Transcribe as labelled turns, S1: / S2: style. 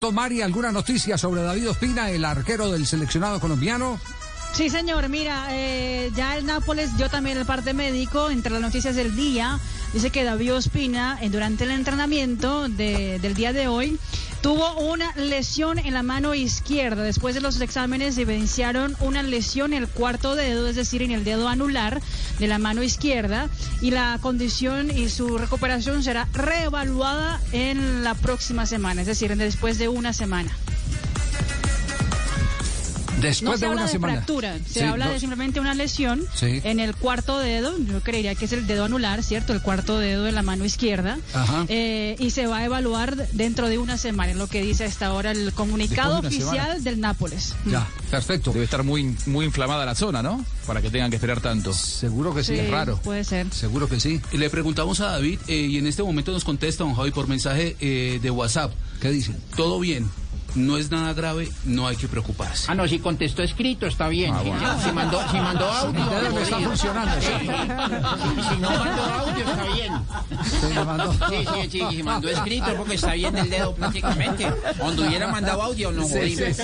S1: pronto, Mari, alguna noticia sobre David Ospina, el arquero del seleccionado colombiano.
S2: Sí, señor, mira, eh, ya el Nápoles dio también el parte médico entre las noticias del día. Dice que David Ospina, eh, durante el entrenamiento de, del día de hoy, tuvo una lesión en la mano izquierda. Después de los exámenes evidenciaron una lesión en el cuarto dedo, es decir, en el dedo anular de la mano izquierda. Y la condición y su recuperación será reevaluada en la próxima semana, es decir, después de una semana.
S1: Después
S2: no se
S1: de
S2: habla
S1: una
S2: de
S1: semana.
S2: fractura, se
S1: Sí,
S2: habla
S1: no-
S2: de simplemente una lesión
S1: Sí.
S2: en el cuarto dedo, yo creería que es el dedo anular, ¿cierto? El cuarto dedo de la mano izquierda.
S1: Ajá.
S2: Eh, y se va a evaluar dentro de una semana, es lo que dice hasta ahora el comunicado
S1: Después de una
S2: oficial
S1: semana.
S2: del Nápoles.
S1: Ya, perfecto.
S3: Debe estar muy, muy inflamada la zona, ¿no? Para que tengan que esperar tanto.
S1: Seguro que sí,
S2: Sí,
S1: es raro.
S2: Puede ser.
S1: Seguro que sí.
S4: Y Le preguntamos a David eh, y en este momento nos contesta don Javi por mensaje eh, de WhatsApp.
S1: ¿Qué dicen?
S4: Todo bien, no es nada grave, no hay que preocuparse.
S5: Ah, no, si contestó escrito está bien.
S1: Ah,
S5: si, si mandó, si mandó audio.
S1: Mi dedo no está
S5: jodido.
S1: funcionando,
S5: Sí.
S1: ¿sí?
S5: Si, si no mandó audio está bien.
S1: Se le mandó.
S5: Sí, sí, sí, si mandó pues. escrito porque está bien el dedo prácticamente. Cuando hubiera mandado audio no jodimos.